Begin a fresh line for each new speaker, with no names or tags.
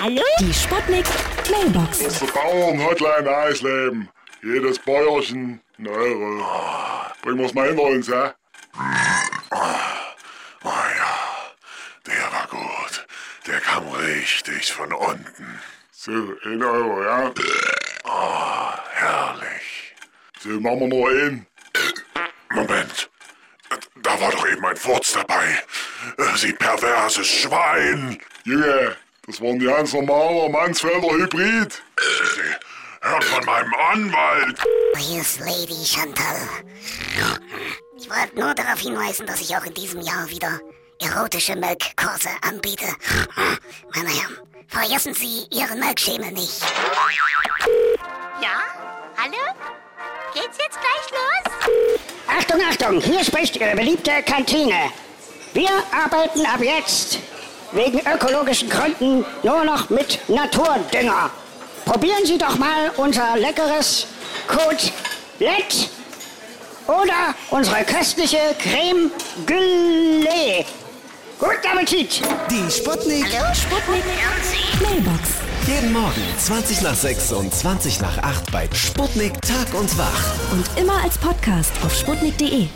Hallo?
Die Sputnik Mailbox.
Unsere Bauern Hotline Eisleben. Jedes Bäuerchen ein Euro. Bringen wir's mal hinter uns, hä?
Oh ja, der war gut. Der kam richtig von unten.
So, ein Euro, ja?
Ah, Herrlich.
So, machen wir noch einen.
Moment. Da war doch eben ein Furz dabei. Äh, Sie perverses Schwein.
Junge, das war ein ganz normaler Mansfelder Hybrid.
Äh, Sie hört von meinem Anwalt.
Hier ist Lady Chantal. Ich wollte nur darauf hinweisen, dass ich auch in diesem Jahr wieder erotische Melkkurse anbiete. Meine Herren, vergessen Sie Ihren Melkschemel nicht.
Ja? Hallo? Geht's jetzt gleich los?
Achtung, Achtung, hier spricht Ihre beliebte Kantine. Wir arbeiten ab jetzt wegen ökologischen Gründen nur noch mit Naturdünger. Probieren Sie doch mal unser leckeres Kotelett oder unsere köstliche Creme Glacée. Guten Appetit!
Die Sputnik.
Hallo, Sputnik.
Mailbox.
Jeden Morgen 20 nach 6 und 20 nach 8 bei Sputnik Tag und Wach.
Und immer als Podcast auf sputnik.de.